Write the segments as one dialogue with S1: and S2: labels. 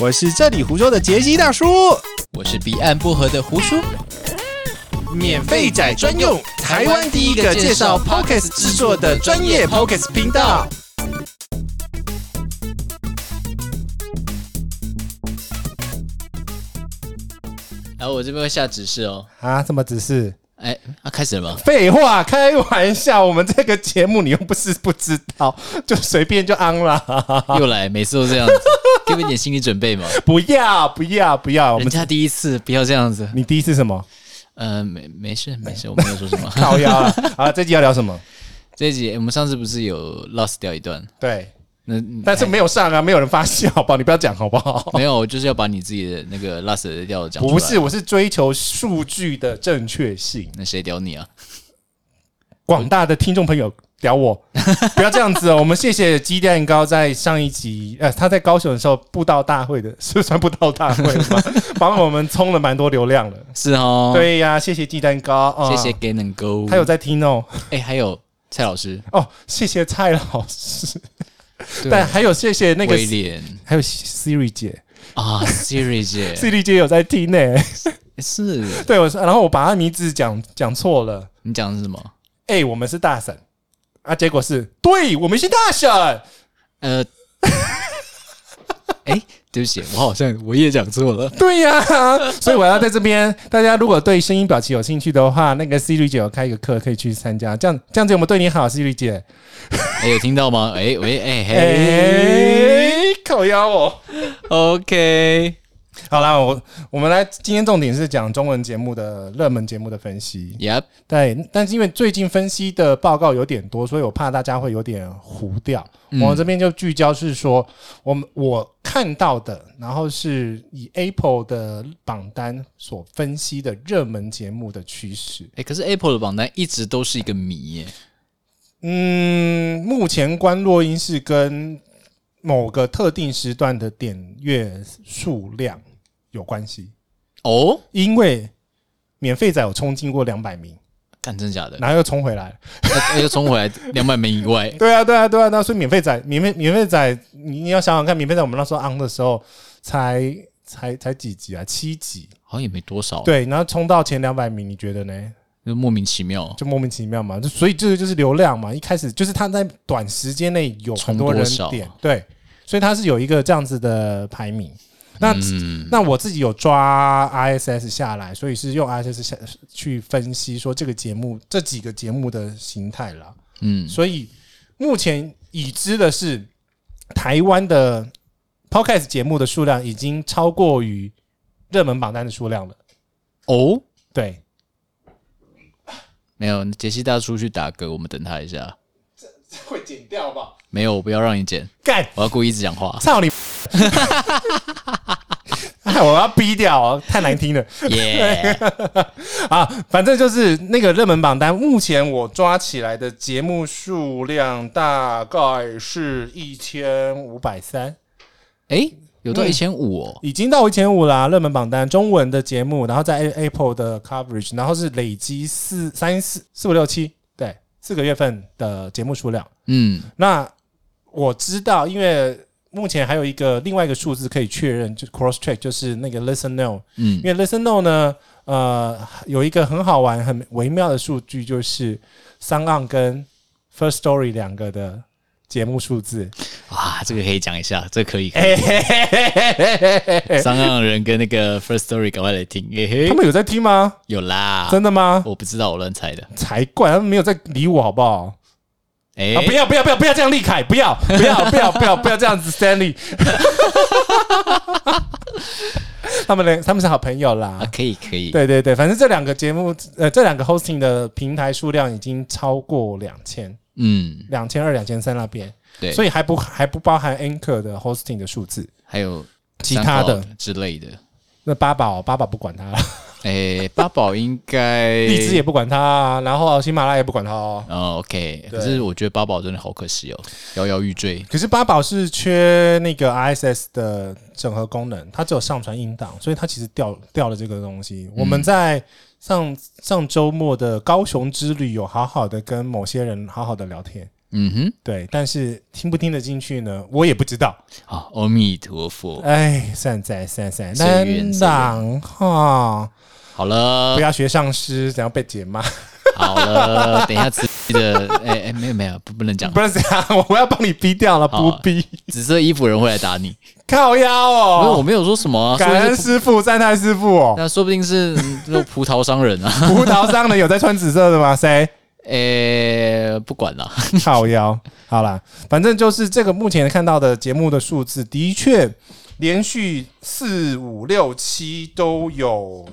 S1: 我是这里胡说的杰西大叔，
S2: 我是彼岸薄荷的胡叔，
S1: 免费仔专用，台湾第一个介绍 Podcast 制作的专业 Podcast 频道。
S2: 然啊后我这边会下指示哦。
S1: 啊，这么指示？
S2: 哎，啊，开始了吗？
S1: 废话，开玩笑，我们这个节目你又不是不知道， 就随便就安了。
S2: 又来，每次都这样子，给我一点心理准备嘛。
S1: 不要，不要，不要， 我
S2: 人
S1: 们
S2: 家第一次，不要这样子。
S1: 你第一次什么？。
S2: 呃，没没事没事，我没有说什么
S1: 靠腰啊！啊，这集要聊什么？
S2: 这一集我们上次不是有 lost 掉一段？
S1: 对，
S2: 那
S1: 但是没有上啊，没有人发现， 好不好？啊你不要讲，好不好？
S2: 没有，我就是要把你自己的那个 lost 掉的讲出来。
S1: 不是，，我是追求数据的正确性。
S2: 那谁屌你啊？
S1: 广大的听众朋友屌 我，不要这样子哦。我们谢谢鸡蛋糕在上一集，呃，他在高雄的时候布道大会的，是算布道大会 吗？帮我们充了蛮多流量了。
S2: 是哦，，
S1: 对呀、谢谢鸡蛋糕，啊
S2: 谢谢 Gain and Go。
S1: 他有在听哦。
S2: 哎，还有蔡老师，
S1: 哦，谢谢蔡老师，
S2: 对
S1: 但还有谢谢那个
S2: 威，廉
S1: 还有 Siri 姐
S2: 啊，Siri 姐
S1: ，Siri 姐有在听呢、
S2: 是
S1: 对，我是然后我把她名字讲讲错了。
S2: 你讲的是什么？
S1: 哎、我们是大婶啊，结果是对我们是大婶，
S2: 呃， 哎、对不起，我好像我也讲错了。
S1: 对呀、 所以我要在这边，大家如果对声音表情有兴趣的话，那个 Siri 姐有开一个课可以去参加，这样这样子有没有对你好，Siri 姐？
S2: 哎、有听到吗？哎、喂，哎、
S1: 哎、
S2: 嘿、
S1: 靠腰哦。
S2: o k
S1: 好啦，我我们来今天重点是讲中文节目的热门节目的分析，
S2: y e p
S1: 对，但是因为最近分析的报告有点多，所以我怕大家会有点糊掉。我这边就聚焦是说，我们我看到的，然后是以 Apple 的榜单所分析的热门节目的趋势。
S2: 哎、可是 Apple 的榜单一直都是一个谜耶。
S1: 嗯，目前关落音是跟某个特定时段的点阅数量有关系，
S2: 哦，
S1: 因为免费仔有冲进过两百名，
S2: 干真假的？
S1: 然后又冲回来了。
S2: 那那就冲回来两百名以外，
S1: 对啊，对啊，对啊，那所以免费仔，免费免费仔，你你要想想看，免费仔我们那时候 on 的时候才才才几集啊，七集，
S2: 好像也没多少，，啊
S1: 对，然后冲到前两百名，你觉得呢？
S2: 就莫名其妙
S1: 就莫名其妙嘛，就所以这个就是流量嘛，一开始就是他在短时间内有很多人
S2: 冲多少
S1: 点，对，所以他是有一个这样子的排名。那、
S2: 嗯
S1: 那我自己有抓 ISS 下来，所以是用 ISS 下去分析说这个节目这几个节目的形态啦。
S2: 嗯，
S1: 所以目前已知的是，台湾的 podcast 节目的数量已经超过于热门榜单的数量了。
S2: 哦，
S1: 对，
S2: 没有，杰西大叔去打嗝，我们等他一下。
S1: 会剪掉吧？
S2: 没有，我不要让你剪，
S1: 干，。
S2: 我要故意一直讲话
S1: 操你！哎，我要逼掉哦，太难听了
S2: 耶、
S1: 啊！反正就是那个热门榜单，目前我抓起来的节目数量大概是一千五百三，
S2: 哎、有到一千五哦。
S1: 已经到一千五啦，热门榜单中文的节目，然后在 A- Apple 的 coverage，然后是累积四三四四五六七，对，四个月份的节目数量。
S2: 嗯，
S1: 那我知道，因为目前还有一个另外一个数字可以确认，就 cross check，就是那个 listen now，
S2: 嗯
S1: 因为 listen now 呢，呃，有一个很好玩、很微妙的数据，就是 s o n 跟 First Story 两个的节目数 字。
S2: 哇，这个可以讲一下，这个可以。
S1: 嘿嘿嘿嘿嘿嘿嘿嘿
S2: 商岸人跟那个 First Story 赶快来听，嘿
S1: 他
S2: 嘿，
S1: 们有在听吗？
S2: 有啦，
S1: 真的吗？
S2: 我不知道，我乱猜的。
S1: 才怪，他们没有在理我，好不好？
S2: 哎、
S1: 啊，不要不要不要不要这样，立凯，不要不 要不要不要不要这样子，Stanley。他们呢？他们是好朋友啦
S2: 啊，。可以可以，
S1: 对对对，反正这两个节目，呃，这两个 hosting 的平台数量已经超过两千、
S2: 嗯，
S1: 两千二、两千三那边，
S2: 对，
S1: 所
S2: 以
S1: 以还不还不包含 Anchor 的 hosting 的数字。
S2: 还有
S1: 其他的
S2: SoundCloud 之类的。
S1: 那八宝八宝不管他了，
S2: 哎、八宝应该
S1: 荔枝也不管他啊，然后喜马拉雅也不管他哦。
S2: 哦，OK，
S1: 对
S2: 可是我觉得八宝真的好可惜哦，摇摇欲坠。
S1: 可是八宝是缺那个 ISS 的整合功能，它只有上传音档，所以它其实掉掉了这个东
S2: 嗯
S1: 西。我们在上上周末的高雄之旅有好好的跟某些人好好的聊天，
S2: 嗯哼，
S1: 对，但是听不听得进去呢，我也不知道。
S2: 好，阿弥陀佛，
S1: 哎，善哉善哉，
S2: 随缘
S1: 难
S2: 随缘
S1: 挡哈，
S2: 好了
S1: 不，要学上师，然后被解骂，
S2: 好了，等一下吃的， 哎哎，没有没有，不不能讲
S1: 不，是这样，我要帮你逼掉了，不
S2: 好啊
S1: 逼，
S2: 紫色衣服的人会来打你，
S1: 靠腰
S2: 没有，我
S1: 哦，
S2: 没有说什么啊，
S1: 感
S2: 说不定
S1: 恩
S2: 是
S1: 师傅，赞叹师傅哦，
S2: 那说不定是嗯那种葡萄商人啊，
S1: 葡萄商人有在穿紫色的吗？谁？
S2: 哎，不管了，
S1: 靠腰，好啦，反正就是这个目前看到的节目的数字，的确连续四五六七都有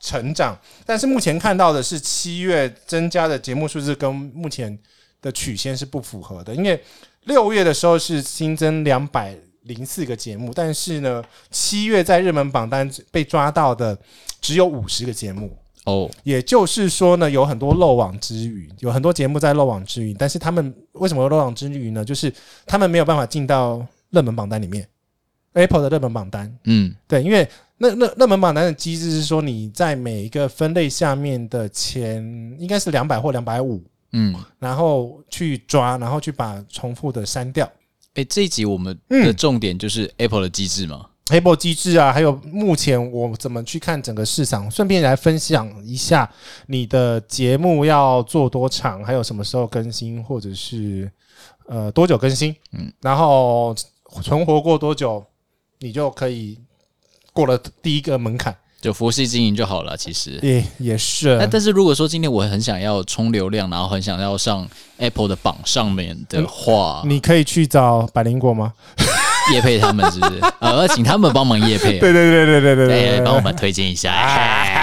S1: 成长，但是目前看到的是七月增加的节目数字跟目前的曲线是不符合的，因为六月的时候是新增两百零四个节目，但是呢，七月在热门榜单被抓到的只有五十个节目，
S2: 哦，
S1: 也就是说呢，有很多漏网之鱼，有很多节目在漏网之鱼，但是他们为什么有漏网之鱼呢？就是他们没有办法进到热门榜单里面，Apple 的热门榜单。
S2: 嗯，
S1: 对，因为那那热门榜单的机制是说，你在每一个分类下面的前应该是两百或两百五，
S2: 嗯，
S1: 然后去抓，然后去把重复的删掉。
S2: 哎，这一集我们
S1: 嗯
S2: 的重点就是 Apple 的机制嘛，
S1: Apple 机制啊，还有目前我怎么去看整个市场，顺便来分享一下你的节目要做多长，还有什么时候更新，或者是呃多久更新，嗯，然后存活过多久，你就可以过了第一个门槛，
S2: 就佛系经营就好了，其实。
S1: 也也是
S2: 那但是如果说今天我很想要冲流量，然后很想要上 Apple 的榜上面的话，
S1: 你可以去找百灵果吗？
S2: 叶配他们是不 是？呃，请他们帮忙叶配，
S1: 对对对对对对
S2: 对，
S1: 对
S2: 帮我们推荐一下。哎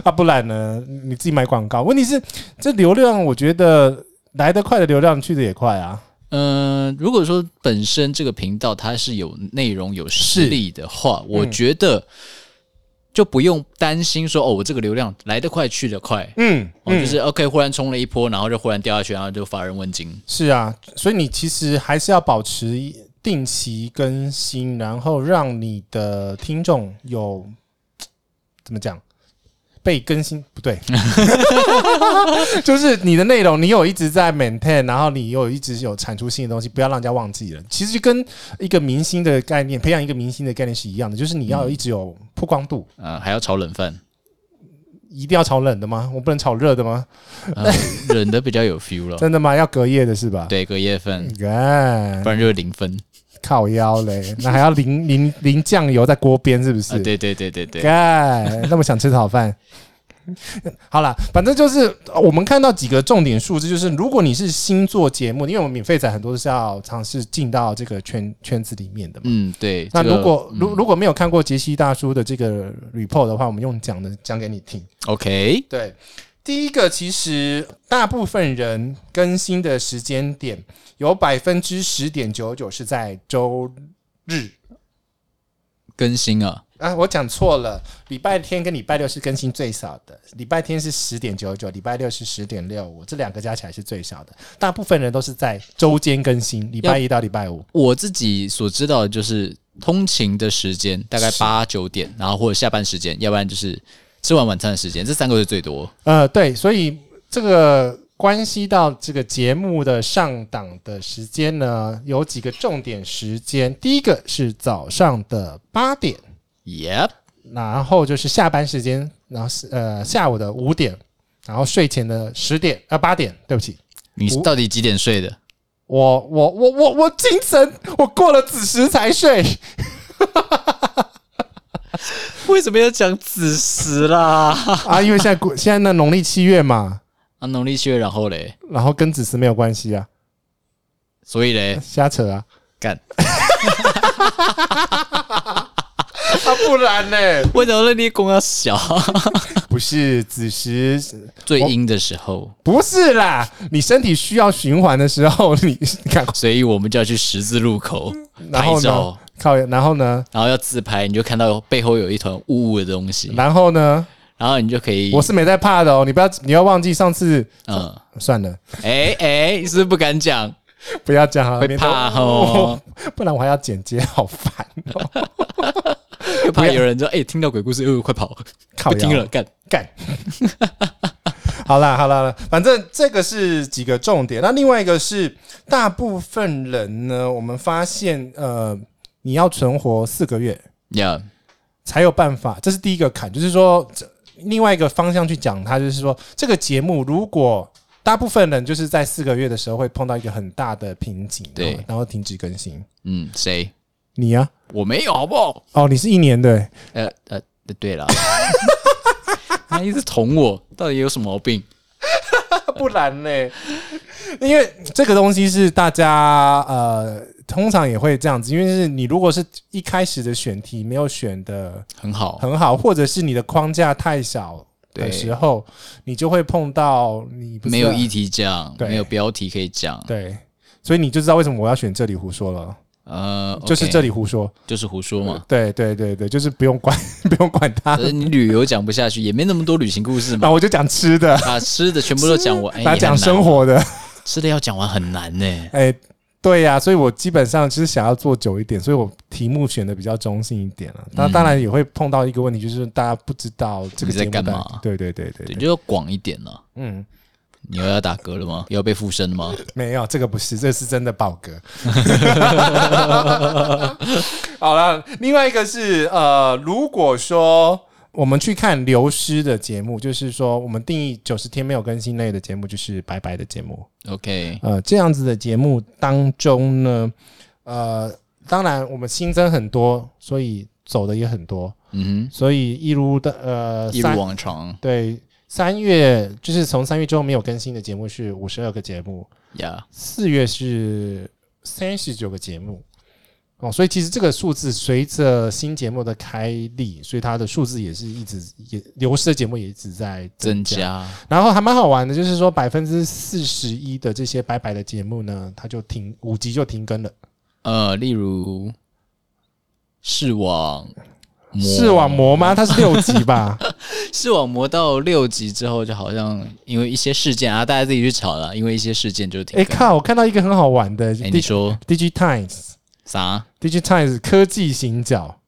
S1: 啊，不然呢？你自己买广告。问题是，这流量我觉得来得快的流量去的也快啊。
S2: 嗯，如果说本身这个频道它是有内容、有实力的话，我觉得就不用担心说哦，我这个流量来得快去得快，
S1: 嗯，
S2: 哦，就是 OK，忽然冲了一波，然后就忽然掉下去，然后就乏人问津。
S1: 是啊，所以你其实还是要保持定期更新，然后让你的听众有怎么讲被更新不对， 就是你的内容你有一直在 maintain，然后你有一直有产出新的东西，不要让人家忘记了。其实就跟一个明星的概念，培养一个明星的概念是一样的，就是你要一直有曝光度。
S2: 呃，还要炒冷饭，
S1: 一定要炒冷的吗？我不能炒热的吗？
S2: 呃、冷的比较有 feel 了。
S1: 真的吗？啊要隔夜的是吧？
S2: 嗯对，隔夜份，
S1: 对，哎
S2: 不，然就是零分
S1: 靠腰嘞， 那还要淋淋淋酱油在锅边，是不是？
S2: 啊！对对对对对，
S1: 干，那么想吃炒饭。 好啦，反正就是呃我们看到几个重点数字，就是如果你是新做节目，因为我们免费仔很多是要尝试进到这个圈圈子里面的嘛。
S2: 嗯对。
S1: 那
S2: 这个
S1: 如果
S2: 嗯
S1: 如如果没有看过杰西大叔的这个 report 的话，我们用讲的讲给你听。
S2: OK，
S1: 对，第一个其实大部分人更新的时间点有百分之十点九九是在周日。
S2: 更新啊，
S1: 啊，我讲错了，礼拜天跟礼拜六是更新最少的，礼拜天是十点九九，礼拜六是十点六五，这两个加起来是最少的。大部分人都是在周间更新，礼拜一到礼拜五。
S2: 我自己所知道的就是通勤的时间大概八九点，然后或者下班时间，要不然就是吃完晚餐的时间，这三个是最多。
S1: 呃，对，所以这个关系到这个节目的上档的时间呢，有几个重点时间。第一个是早上的八点，
S2: Yep，
S1: 然后就是下班时间，然后是呃下午的五点，然后睡前的十点啊八、点，对不起。
S2: 你
S1: 我
S2: 到底几点睡的？
S1: 我我我我我精神，我过了子时才睡。
S2: 为什么要讲子时啦？
S1: 啊，因为现在过现在那农历七月嘛，
S2: 啊，农历七月，然后嘞，
S1: 然后跟子时没有关系啊，
S2: 所以嘞，
S1: 瞎扯啊，
S2: 干，
S1: 啊不然呢？
S2: 为什么那你公要小？
S1: 不是子时，
S2: 最阴的时候，
S1: 不是啦，你身体需要循环的时候，你你赶快，
S2: 所以我们就要去十字路口
S1: 然
S2: 拍
S1: 后呢
S2: 照，？
S1: 靠，然后呢？
S2: 然后要自拍，你就看到背后有一团雾雾的东西，
S1: 然后呢？
S2: 然后你就可以，
S1: 嗯我是没在怕的哦，你不要你要忘记上次
S2: 嗯，
S1: 算了，
S2: 哎哎，是不是不 敢讲？
S1: 不要讲了，
S2: 会
S1: 免得
S2: 怕哦，
S1: 不然我还 要剪接，好烦 哦，
S2: 又怕有人说，哎、听到鬼故事，呃，快跑，
S1: 靠
S2: 不
S1: 腰
S2: 听了，干。
S1: 干。 好啦，好啦，好啦反正这个是几个重点。那另外一个是，大部分人呢，我们发现，呃，你要存活四个月
S2: 呀，
S1: 才有办法，这是第一个坎，就是说，这另外一个方向去讲它，就是说，这个节目如果大部分人就是在四个月的时候会碰到一个很大的瓶颈，
S2: 对
S1: 然后然后停止更新。
S2: 嗯，谁？
S1: 你啊，
S2: 我没有，好不好？
S1: 哦，你是一年的，
S2: 呃呃，对了， 他一直捅我，到底有什么毛病？
S1: 不然呢？因为这个东西是大家呃，通常也会这样子，因为是你如果是一开始的选题没有选的
S2: 很好，
S1: 很好，或者是你的框架太小的
S2: 对
S1: 时候，你就会碰到你不是啊
S2: 没有议题讲，
S1: 对
S2: 没有标题可以讲，
S1: 对，所以你就知道为什么我要选这里胡说了，
S2: 呃，
S1: 就是这
S2: 里，
S1: 里胡说。
S2: 就是胡说嘛。
S1: 对对对对，就是不用管 不用管它
S2: 可。是你旅游讲不下去，也没那么多旅行故事
S1: 那
S2: 嘛。
S1: 我就讲吃的，
S2: 把吃的全部都讲完，哎，
S1: 把
S2: 哎也
S1: 讲
S2: 很难
S1: 生，活的，
S2: 吃的要讲完很难呢、
S1: 哎。对呀、所以我基本上就是想要做久一点，所以我题目选的比较中性一点了。那
S2: 嗯
S1: 当然也会碰到一个问题，就是大家不知道这个
S2: 你在
S1: 节目
S2: 干
S1: 到底
S2: 嘛
S1: 对对对对
S2: 对，
S1: 对，
S2: 就要广一点了。
S1: 嗯，
S2: 你又要打嗝了吗？又要被附身了吗？
S1: 没有，这个不是，这是真的宝哥。 好了，另外一个是呃，如果说我们去看流失的节目，就是说我们定义九十天没有更新类的节目，就是拜拜的节目。
S2: OK，
S1: 呃，这样子的节目当中呢，呃，当然我们新增很多，所以走的也很多，
S2: 嗯
S1: 所以一如的呃
S2: 哼，一
S1: 三
S2: 如往常
S1: 对三月就是从三月之后没有更新的节目是五十二个节目，
S2: 呀。
S1: 四月是三十九个节目哦，所以其实这个数字随着新节目的开立，所以它的数字也是一直也流失的节目也一直在
S2: 增
S1: 加。
S2: 加，
S1: 然后还蛮好玩的，就是说百分之四十一的这些白白的节目呢，它就停五集就停更了。
S2: 呃，例如视网膜，
S1: 视网膜吗？它是六集 吧？
S2: 视网膜到六集之后，就好像因为一些事件啊，大家自己去吵了，因为一些事件就停
S1: 哎、
S2: 更。
S1: 靠！我看到一个很好玩的
S2: 哎你说
S1: Digitimes
S2: 啥？
S1: Digitimes 科技行脚。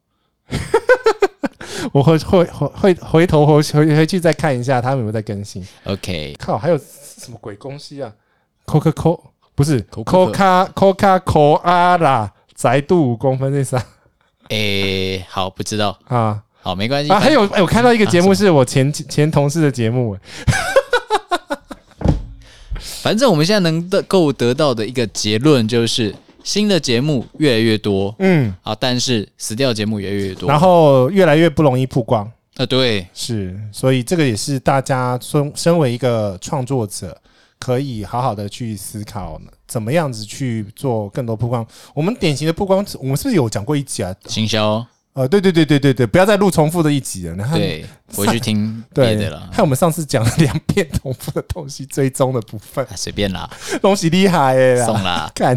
S1: 我会会会会回头回回回去再看一下他们有没有在更新。
S2: OK，
S1: 靠，还有什么鬼东西啊？Coca Cola 不是
S2: Coca-
S1: Coca Coca Cola 宅度五公分那啥
S2: 诶、好，不知道，
S1: 啊
S2: 好，没关系。
S1: 啊！还
S2: 反
S1: 有哎、我看到一个节目是我前、前同事的节目，
S2: 反正我们现在能得够得到的一个结论就是，新的节目越来越多
S1: 嗯，
S2: 啊，但是死掉节目也越来越多。
S1: 然后越来越不容易曝光，
S2: 呃，对，
S1: 是，所以这个也是大家身身为一个创作者。可以好好的去思考怎么样子去做更多曝光。我们典型的曝光，我们是不是有讲过一集啊？
S2: 行销，
S1: 呃，对对对对对对，不要再录重复的一集了。然 后
S2: 对，回去听
S1: 嗯
S2: 别
S1: 对啊
S2: 的了，
S1: 害我们上次讲了两 遍重复的东西，追踪的部分，
S2: 啊随便啦，
S1: 东西厉害耶、
S2: 送
S1: 啦！
S2: 啦。
S1: 看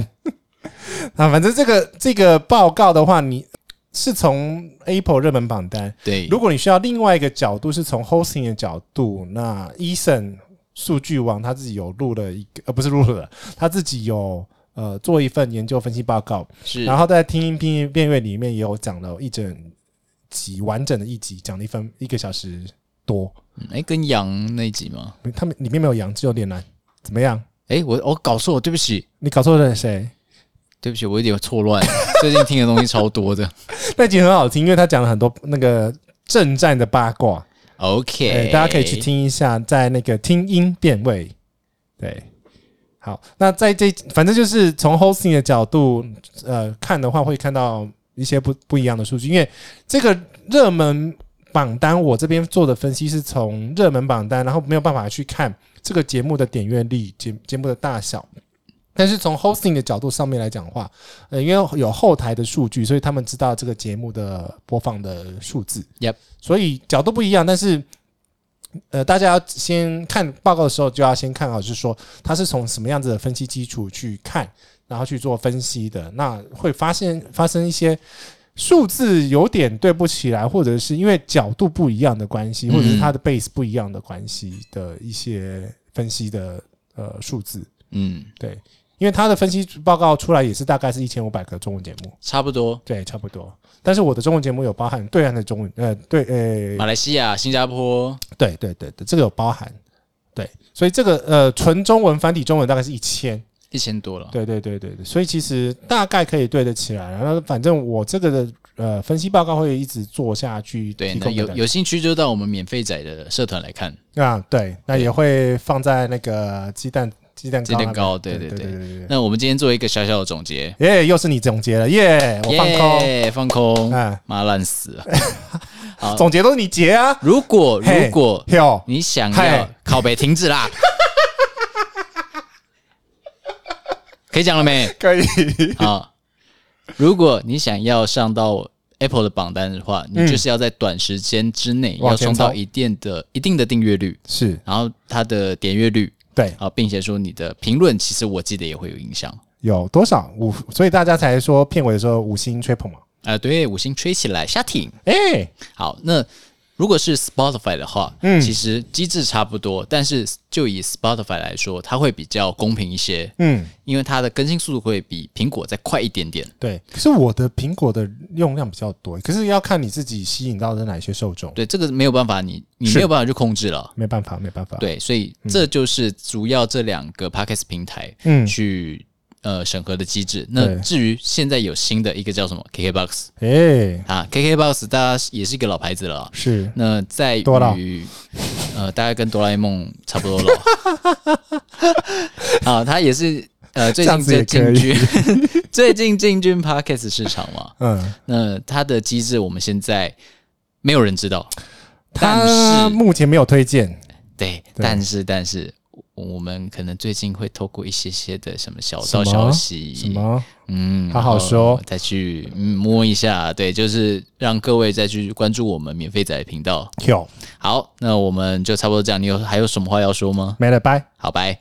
S1: 啊，反正这个这个报告的话，你是从 Apple 热门榜单，
S2: 对，
S1: 如果你需要另外一个角度，是从 hosting 的角度，那 Eason 数据王他自己有录了一个，呃，不是录了，他自己有。呃，做一份研究分析报告，
S2: 是
S1: 然后在听音辨辨阅里面也有讲了一整集完整的一集，讲了一分一个小时多，
S2: 嗯哎、跟羊那一集吗？
S1: 没他们里面没有羊，只有脸男，怎么样？
S2: 哎、我我搞错，对不起，
S1: 你搞错了谁？
S2: 对不起，我有点错乱， 最近听的东西超多的。
S1: 那集很好听，因为他讲了很多那个正战的八卦，
S2: OK，、
S1: 哎、大家可以去。听一下，在那个听音辨位，对。好，那在这反正就是从 hosting 的角度，呃，看的话会看到一些不不一样的数据，因为这个热门榜单我这边做的分析是从热门榜单，然后没有办法去看这个节目的点阅率、节节目的大小。但是从 hosting 的角度上面来讲的话，呃，因为有后台的数据，所以他们知道这个节目的播放的数字。
S2: Yep
S1: 所以角度不一样，但是呃，大家要先看报告的时候，就要先看好，就是说它是从什么样子的分析基础去看，然后去做分析的。那会发现发生一些数字有点对不起来，或者是因为角度不一样的关系，
S2: 嗯
S1: 或者是它的 base 不一样的关系的一些分析的呃数字。
S2: 嗯，
S1: 对，因为它的分析报告出来也是大概是一千五百个中文节目，
S2: 差不多。
S1: 对，差不多。但是我的中文节目有包含对岸的中文，呃，对，呃，
S2: 马来西亚、新加坡，
S1: 对对对对，这个有包含。对，所以这个呃纯中文繁体中文大概是一千，
S2: 一千多了。
S1: 对对对对对，所以其实大概可以对得起来。然后反正我这个的呃分析报告会一直做下去，
S2: 对，
S1: 提
S2: 那
S1: 供
S2: 有
S1: 给大
S2: 有兴趣就到我们免费仔的社团来看
S1: 家啊对，那也会放在那个鸡蛋鸡蛋
S2: 这
S1: 糕
S2: 点
S1: 那边
S2: 高，对
S1: 对
S2: 对
S1: 对
S2: 对。
S1: 对对
S2: 那我们今天做一个小小的总结，
S1: 对，耶，又是你总结了，耶，我放空，
S2: 耶，放空，
S1: 哎，
S2: 妈烂死了。好
S1: 总结都是你结啊，
S2: 如果
S1: 嘿哦
S2: 如果
S1: 哟，
S2: 你想要
S1: 嗨
S2: 靠北停 止啦，可以讲 了没？
S1: 可以，
S2: 啊，如果你想要上到 Apple 的榜单的话，你就是要在短时间之内
S1: 往
S2: 要
S1: 嗯前
S2: 冲到
S1: 冲
S2: 一定的一定的订阅率，
S1: 是
S2: 然后它的点阅率
S1: 对，
S2: 啊，并且说你的评论，其实我记得也会有影响。
S1: 有多少五，所以大家才说片尾的时候五星吹捧嘛，
S2: 啊、对，五星吹起来，下挺。
S1: 哎，
S2: 好，那如果是 Spotify 的话，
S1: 嗯
S2: 其实机制差不多，但是就以 Spotify 来说，它会比较公平一些，
S1: 嗯。
S2: 因为它的更新速度会比苹果再快一点点。
S1: 对，可是我的苹果的用量比较多，可是要看你自己吸引到的哪些受众，
S2: 对，这个没有办法，你你
S1: 是
S2: 没有办法去控制了。
S1: 没办法，没办法。，
S2: 对，所以这就是主要这两个 podcast 平台
S1: 嗯，
S2: 去、呃审核的机制。那
S1: 对
S2: 至于现在有新的一个叫什么 KKBox
S1: 哎、
S2: 啊，KKBox 大家也是一个老牌子了啊。
S1: 是
S2: 那在
S1: 多老
S2: 于呃，大概跟哆啦 A 梦差不多了。 啊，他也是呃最
S1: 这样
S2: 近
S1: 子
S2: 在
S1: 也
S2: 进
S1: 可以
S2: 军， 最近进军 podcast 市场嘛。
S1: 嗯，
S2: 那它的机制我们现在没有人知道，但
S1: 他
S2: 是哎
S1: 目前没有推荐，
S2: 对，但是但是我们可能最近会透过一些些的什么小
S1: 什
S2: 道
S1: 么
S2: 消息，
S1: 什么
S2: 嗯，
S1: 好好
S2: 然后
S1: 说
S2: 再去嗯摸一下，对，就是让各位再去关注我们免费仔的频道。
S1: 有
S2: 好，那我们就差不多这样，你有还有什么话要说吗？
S1: 没了，拜。
S2: 好，拜。